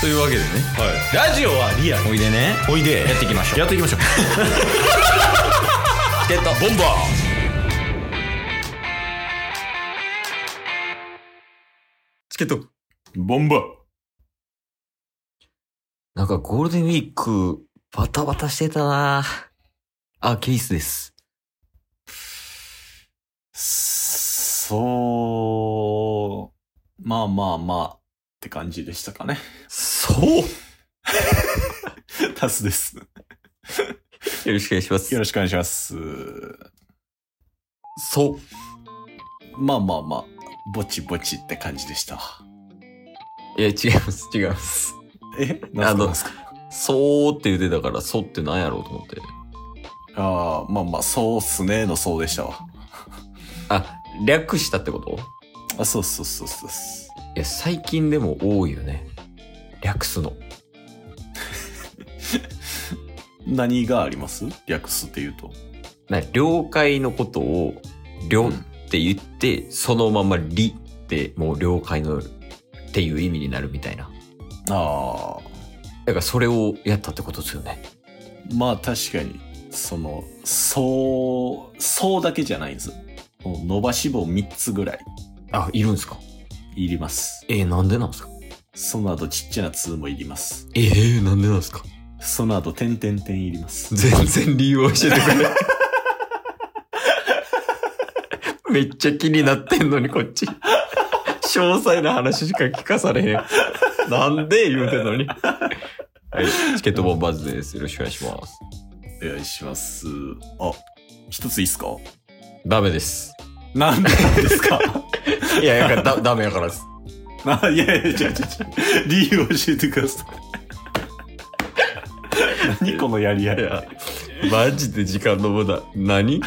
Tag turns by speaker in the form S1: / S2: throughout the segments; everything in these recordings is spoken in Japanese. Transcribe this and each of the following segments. S1: というわけでね
S2: ラジオはリアル
S1: おいでね
S2: おいで
S1: やっていきましょう
S2: やってい きましょう
S1: チケットボンバーチケット
S2: ボンバー
S1: なんかゴールデンウィークバタバタしてたなあ、ケイスです。
S2: そうまあまあまあって感じでしたかね
S1: そう
S2: タスです
S1: よろしくお願いします
S2: よ。ろしくお願いします
S1: そう。
S2: まあまあまあぼちぼちって感じでした
S1: いや、違います、違います。
S2: え
S1: あの
S2: なんすか
S1: そうって言ってたから、そうってなんやろうと思って。
S2: ああまあまあそうっすねのそうでしたわ
S1: あ、略したってこと
S2: あそうそうそうそうそう
S1: いや、最近でも多いよね。略すの。
S2: 何があります略すって言うと
S1: な了解のことを「了」って言って、そのまま「り」ってもう了解のっていう意味になるみたいな
S2: ああ
S1: だからそれをやったってことですよね
S2: まあ確かにそのそうそうだけじゃないんですもう伸ばし棒3つぐらい
S1: あいるんですか
S2: いります
S1: えー、なんでなんですか
S2: その後ちっちゃな「つ」もいります
S1: えー、なんでなんですか
S2: その後点点点いります
S1: 全然理由を教えてくれない めっちゃ気になってんのにこっち詳細な話しか聞かされへんなんで言うてんのにはいチケットボンバーズですよろしくお願いします
S2: お願いしますあ一ついいっすか
S1: ダメです
S2: なんでなんですか
S1: いや、やからだ、ダメやからです。
S2: あいやいや違う違う違う理由教えてください 何このやりや
S1: い
S2: り
S1: や、マジで時間の無駄。何
S2: い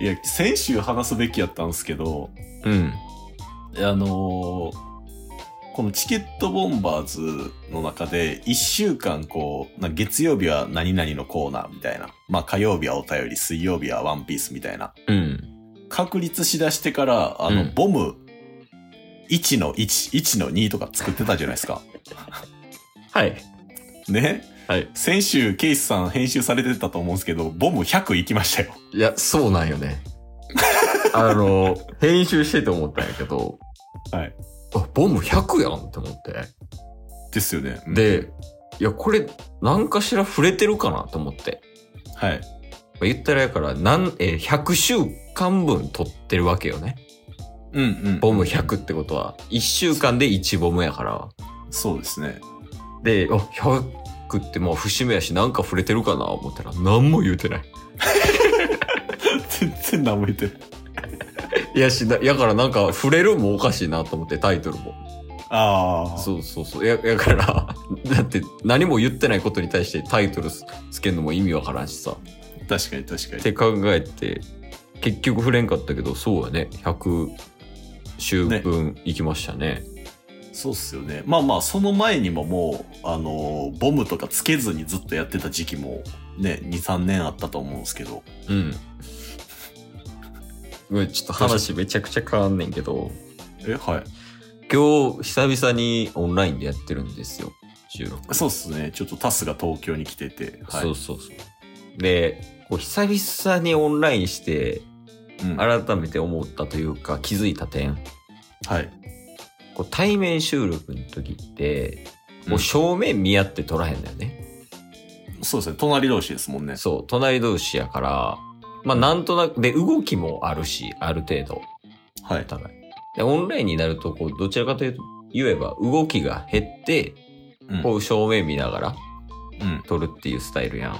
S2: や先週話すべきやったんですけど
S1: うん。
S2: あのーこのチケットボンバーズの中で、一週間こう、な月曜日は何々のコーナーみたいな。まあ火曜日はお便り、水曜日はワンピースみたいな。
S1: うん。
S2: 確立しだしてから、あの、
S1: うん
S2: ボム、1の1、1の2とか作ってたじゃない ですか。
S1: はい。
S2: ね
S1: はい。
S2: 先週、ケイスさん編集されてたと思うんですけど、ボム100いきましたよ。
S1: いや、そうなんよね。あの、編集してて思ったんやけど、
S2: はい。
S1: あ、ボム100やんって思って。
S2: ですよね。うん、
S1: で、いや、これ、何かしら触れてるかなと思って。
S2: はい。
S1: まあ言ったらやから、なん、えー100週間分撮ってるわけよね。
S2: うんうん。
S1: ボム100ってことは、1週間で1ボムやから。
S2: そうですね。
S1: で、あ、100ってまあ節目やし、なんか触れてるかな思ったら、何も言うてない。
S2: 全然名前てない
S1: いやしな、やからなんか触れるもおかしいなと思ってタイトルも。
S2: ああ。
S1: そうそうそう。や、やから、 だって何も言ってないことに対してタイトルつつけるのも意味わからんしさ。
S2: 確かに確かに
S1: っ。て考えて、結局触れんかったけど、そうやね。100週分いきましたね。
S2: そうっすよね。まあまあ、その前にももう、あのーボムとかつけずにずっとやってた時期も、ね、2、3年あったと思うんですけど。
S1: うん。ごめんちょっと話めちゃくちゃ変わんねんけど、
S2: え、は
S1: 今日久々にオンラインでやってるんですよ。収録。
S2: い。そうっすね。ちょっとタスが東京に来てて。はい、
S1: そうそうそう。で、こう久々にオンラインして、
S2: うんはい。
S1: 改めて思ったというか気づいた点こう対面収録の時ってもう正面見合って撮らへんだよね、
S2: そうですね。隣同士ですもんね。
S1: そう隣同士やからまあなんとなくで動きもあるしある程度
S2: はい
S1: お。互いでオンラインになるとこうどちらかというと言えば動きが減って
S2: うん。
S1: こう正面見ながら
S2: うん
S1: 撮るっていうスタイルやん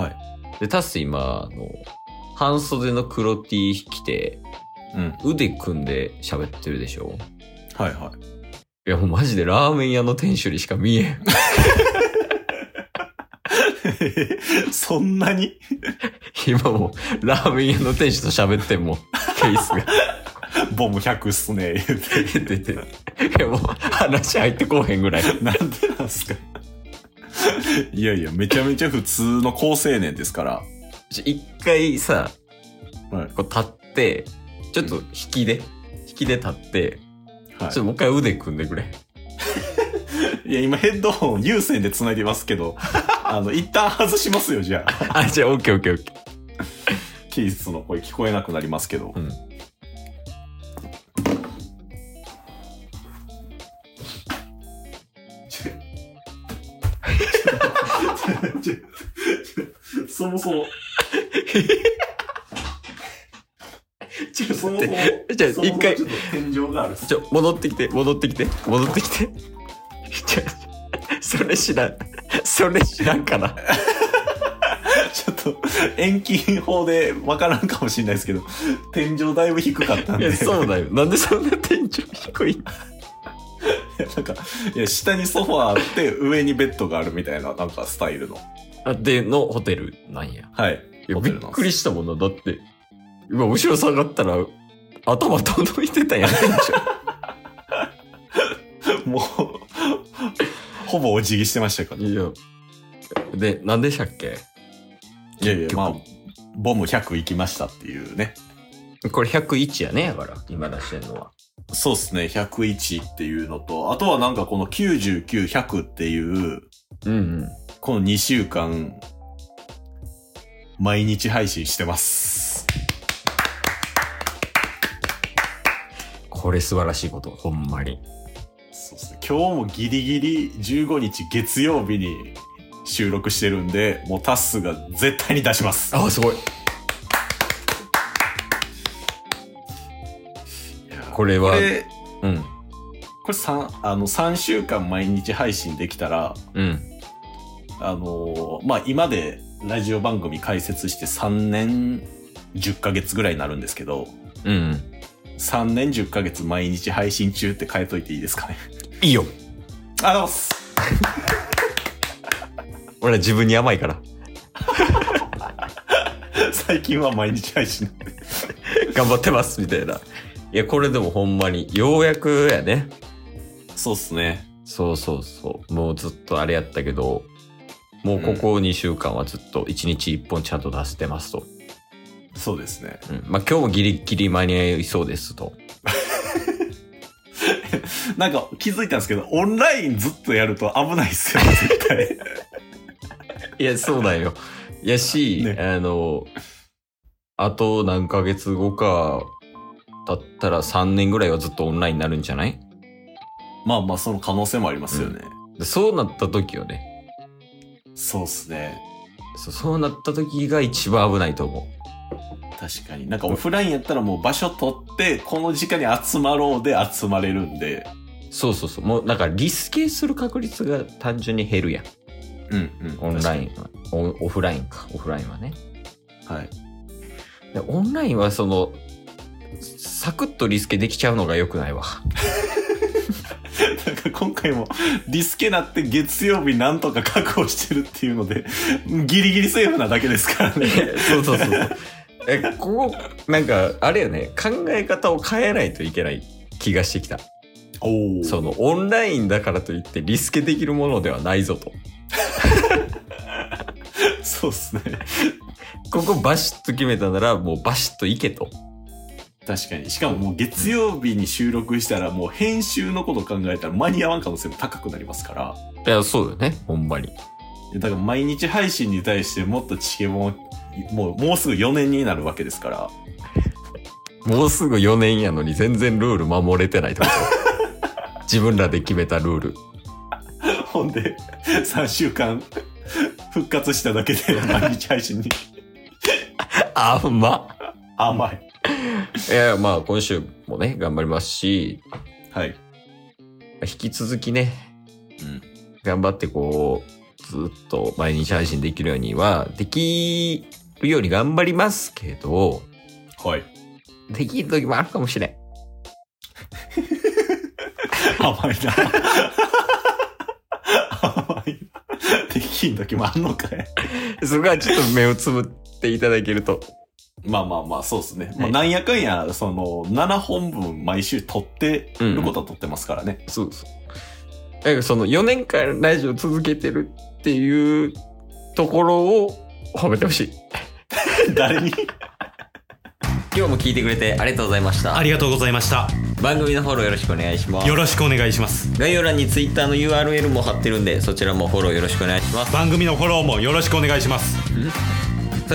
S2: はい。
S1: でタス今あの半袖の黒 T 着て
S2: うん。
S1: 腕組んで喋ってるでしょ
S2: はいはい
S1: やもうマジでラーメン屋の店主にしか見えへん
S2: い。 そんなに
S1: 今もうラーメン屋の店主と喋ってんもんケースが
S2: ボム100っすね。 言うて
S1: 出てていやもう話入ってこうへんぐらい
S2: なんでなんすか。 いやいや、めちゃめちゃ普通の高青年ですから。
S1: 一回さ、
S2: はい
S1: こう立ってちょっと引きで引きで立って
S2: は
S1: ちょっともう一回腕組んでくれ
S2: いや、今ヘッドホン有線で繋いでますけど、 あの、一旦外しますよ、じゃあ。
S1: あ、じゃあ、オッケーオッケーオッケー。
S2: キースの声聞こえなくなりますけど。
S1: うん
S2: ちょ ちょちょちょそもそも、
S1: ち
S2: そも
S1: っ
S2: そ
S1: と
S2: も
S1: 待って。じゃあ、
S2: そもそ
S1: 一
S2: も
S1: 回
S2: ちょ、っと天井がある。
S1: ちょ、戻ってきて、戻ってきて、戻ってきて。 ちょ、それ知らん。それ知らんかな。
S2: ちょっと、遠近法で分からんかもしれないですけど、天井だいぶ低かったん
S1: い
S2: で。
S1: や、そうだよ。なんでそんな天井低い
S2: なんか、いや、下にソファーあって、上にベッドがあるみたいな、なんかスタイルの。
S1: あで、のホテルなんや。
S2: はい。
S1: いや、
S2: ホテ
S1: びっ
S2: ルなんです
S1: くりしたもんな。だって、今、後ろ下がったら、頭届いてたやん。
S2: もう、ほぼお辞儀してましたから。
S1: いや。で、なんでしたっけ
S2: いやいや
S1: 結、局
S2: まあ、ボム100行きましたっていうね。
S1: これ101やね、だから、今出してるのは。
S2: そうですね、101っていうのと、あとはなんかこの99、100っていう、
S1: うんうん。
S2: この2週間、毎日配信してます。
S1: これ素晴らしいこと、ほんまに。
S2: そうですね。今日もギリギリ15日月曜日に収録してるんで、もうタッスが絶対に出します。
S1: あ、すごい。これ
S2: こ
S1: は、
S2: れ、
S1: うん。
S2: これ3、あの、3週間毎日配信できたら、
S1: うん。
S2: あのーまあ、今でラジオ番組開設して3年10ヶ月ぐらいになるんですけど、
S1: うんうん。
S2: 3年10ヶ月毎日配信中って変えといていいですかね。
S1: いいよ。
S2: あ、どうす。
S1: 俺は自分に甘いから。
S2: 最近は毎日配信。
S1: 頑張ってます、みたいな。いや、これでもほんまに、ようやくやね。
S2: そうっすね。
S1: そうそうそう。もうずっとあれやったけど、もうここ2週間はずっと1日1本ちゃんと出してますと。
S2: そうですね。
S1: うん。まあ今日もギリギリ間に合いそうですと。
S2: なんか気づいたんですけど、オンラインずっとやると危ないっすよ、絶対。
S1: いや、そうだよ。 やし、
S2: ね
S1: あの、あと何ヶ月後か、だったら3年ぐらいはずっとオンラインになるんじゃない
S2: まあまあ、その可能性もありますよね。
S1: でそうなった時よね。
S2: そうっすね。
S1: そうそうなった時が一番危ないと思
S2: 確かに。なんかオフラインやったらもう場所取って、この時間に集まろうで集まれるんで。
S1: う。そうそうそう。もうなんかリスケする確率が単純に減るやん。
S2: うんうん。
S1: オンラインは。オオフラインか。オフラインはね。
S2: 確かに。はい。
S1: でオンラインはその、サクッとリスケできちゃうのが良くないわ。
S2: なんか今回もリスケなって月曜日なんとか確保してるっていうので、ギリギリセーフなだけですから ね。
S1: そうそうそう。 え、ここ、なんか、あれよね、考え方を変えないといけない気がしてきた。
S2: おお。
S1: その、オンラインだからといってリスケできるものではないぞと。
S2: そうっすね。
S1: ここバシッと決めたなら、もうバシッといけと。
S2: 確かに。しかももう月曜日に収録したらもう編集のこと考えたら間に合わん可能性も高くなりますから。
S1: いや、そうよね、ほんまに。
S2: だから毎日配信に対してもっとチケモン、もう、もうすぐ4年になるわけですから。
S1: もうすぐ4年やのに全然ルール守れてないってこと 自分らで決めたルール。
S2: ほんで、3週間復活しただけで毎日配信に
S1: あんま。
S2: 甘い。
S1: いや、まあ、今週もね、頑張りますし、
S2: はい。
S1: 引き続きね、
S2: うん
S1: 頑張ってこう、ずっと毎日配信できるようには、できるように頑張りますけど、
S2: はい。
S1: できる時もあるかもしれん。
S2: 甘いな。甘いな。できん時もあんのかい。
S1: それはちょっと目をつぶっていただけると。
S2: まあまあまあ、そうですね。
S1: は
S2: まあ、
S1: い
S2: なんやかんや、その、7本分毎週撮って
S1: うん
S2: ることは撮ってますからね。
S1: そうそう。だからその4年間ラジオ続けてるっていう ところを褒めてほしい。
S2: 誰に
S1: 今日も聞いてくれてありがとうございました
S3: ありがとうございました
S1: 番組のフォローよろしくお願いします
S3: よろしくお願いします
S1: 概要欄に Twitter の URL も貼ってるんでそちらもフォローよろしくお願いします
S3: 番組のフォローもよろしくお願いします
S1: そ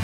S3: す